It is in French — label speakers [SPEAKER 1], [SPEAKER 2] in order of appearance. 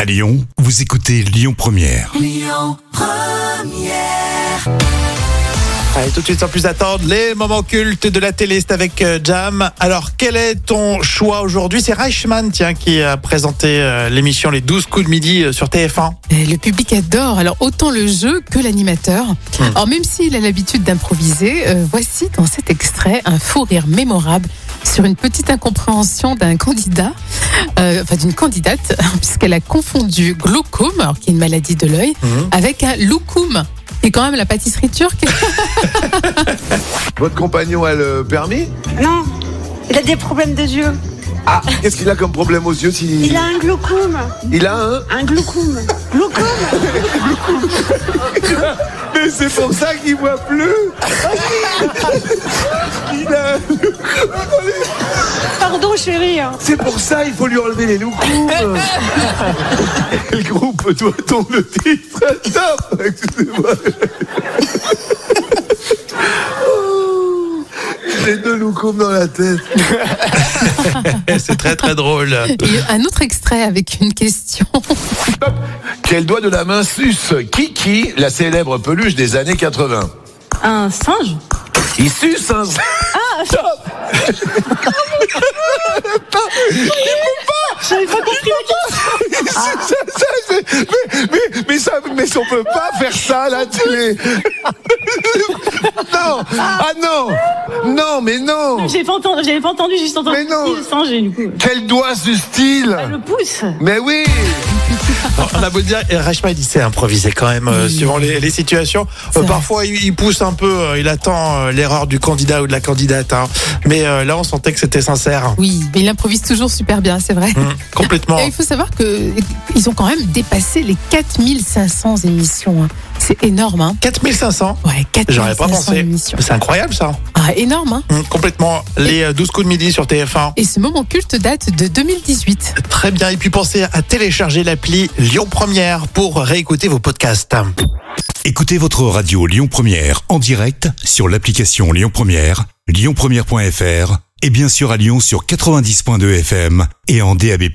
[SPEAKER 1] À Lyon, vous écoutez Lyon Première.
[SPEAKER 2] Allez, tout de suite, sans plus attendre, les moments cultes de la télé, c'est avec euh, Jam. Alors, quel est ton choix aujourd'hui C'est Reichmann, tiens, qui a présenté euh, l'émission Les 12 coups de midi euh, sur TF1.
[SPEAKER 3] Et Le public adore, alors autant le jeu que l'animateur. Alors même s'il a l'habitude d'improviser, euh, voici dans cet extrait un fou rire mémorable sur une petite incompréhension d'un candidat, euh, enfin d'une candidate, puisqu'elle a confondu glaucome, alors qui est une maladie de l'œil, avec un loukoum, qui est quand même la pâtisserie turque.
[SPEAKER 4] Votre compagnon a le permis
[SPEAKER 5] Non, il a des problèmes de yeux.
[SPEAKER 4] Ah, qu'est-ce qu'il a comme problème aux yeux si...
[SPEAKER 5] Il a un glaucome.
[SPEAKER 4] Il a un
[SPEAKER 5] Un glaucome. Glaucome
[SPEAKER 4] Mais c'est pour ça qu'il voit plus Il a un-
[SPEAKER 5] Pardon, chérie. hein.
[SPEAKER 4] C'est pour ça il faut lui enlever les loups Quel groupe doit-on le titre Top Excusez-moi Oh, J'ai deux loucoums dans la tête
[SPEAKER 2] C'est très, très drôle.
[SPEAKER 3] Et un autre extrait avec une question.
[SPEAKER 4] Quel doigt de la main suce Kiki, la célèbre peluche des années 80
[SPEAKER 6] Un singe
[SPEAKER 4] Il suce un...
[SPEAKER 5] J'avais pas compris.
[SPEAKER 4] Ça, ça, c'est- mais, mais, mais ça, mais on peut pas faire ça là, tu es. Non, ah non, non, mais non.
[SPEAKER 6] J'ai pas entendu, j'avais pas entendu, j'ai juste entendu
[SPEAKER 4] Mais non.
[SPEAKER 6] le singe et du coup.
[SPEAKER 4] Quel doigt ce style
[SPEAKER 6] Le pouce
[SPEAKER 4] Mais oui.
[SPEAKER 2] On a beau dire, et Reichmann, il sait improviser quand même, euh, suivant les, les situations. Euh,
[SPEAKER 3] vrai.
[SPEAKER 2] parfois, il, il pousse un peu, euh, il attend euh, l'erreur du candidat ou de la candidate. hein. Mais euh, là, on sentait que c'était sincère.
[SPEAKER 3] Oui, mais il improvise toujours super bien, c'est vrai.
[SPEAKER 2] Mhm, complètement.
[SPEAKER 3] Et il faut savoir que ils ont quand même dépassé les 4500 émissions. hein. C'est énorme, hein
[SPEAKER 2] 4500
[SPEAKER 3] Ouais, 4500
[SPEAKER 2] J'aurais pas pensé.
[SPEAKER 3] émissions.
[SPEAKER 2] C'est incroyable ça.
[SPEAKER 3] Ah, énorme, hein
[SPEAKER 2] Hum, complètement. Les euh, 12 coups de midi sur TF1.
[SPEAKER 3] Et ce moment culte date de 2018.
[SPEAKER 2] Très bien. Et puis pensez à télécharger l'appli Lyon Première pour réécouter vos podcasts.
[SPEAKER 1] Écoutez votre radio Lyon Première en direct sur l'application Lyon Première, lyonpremière.fr et bien sûr à Lyon sur 90.2 FM et en DAB+.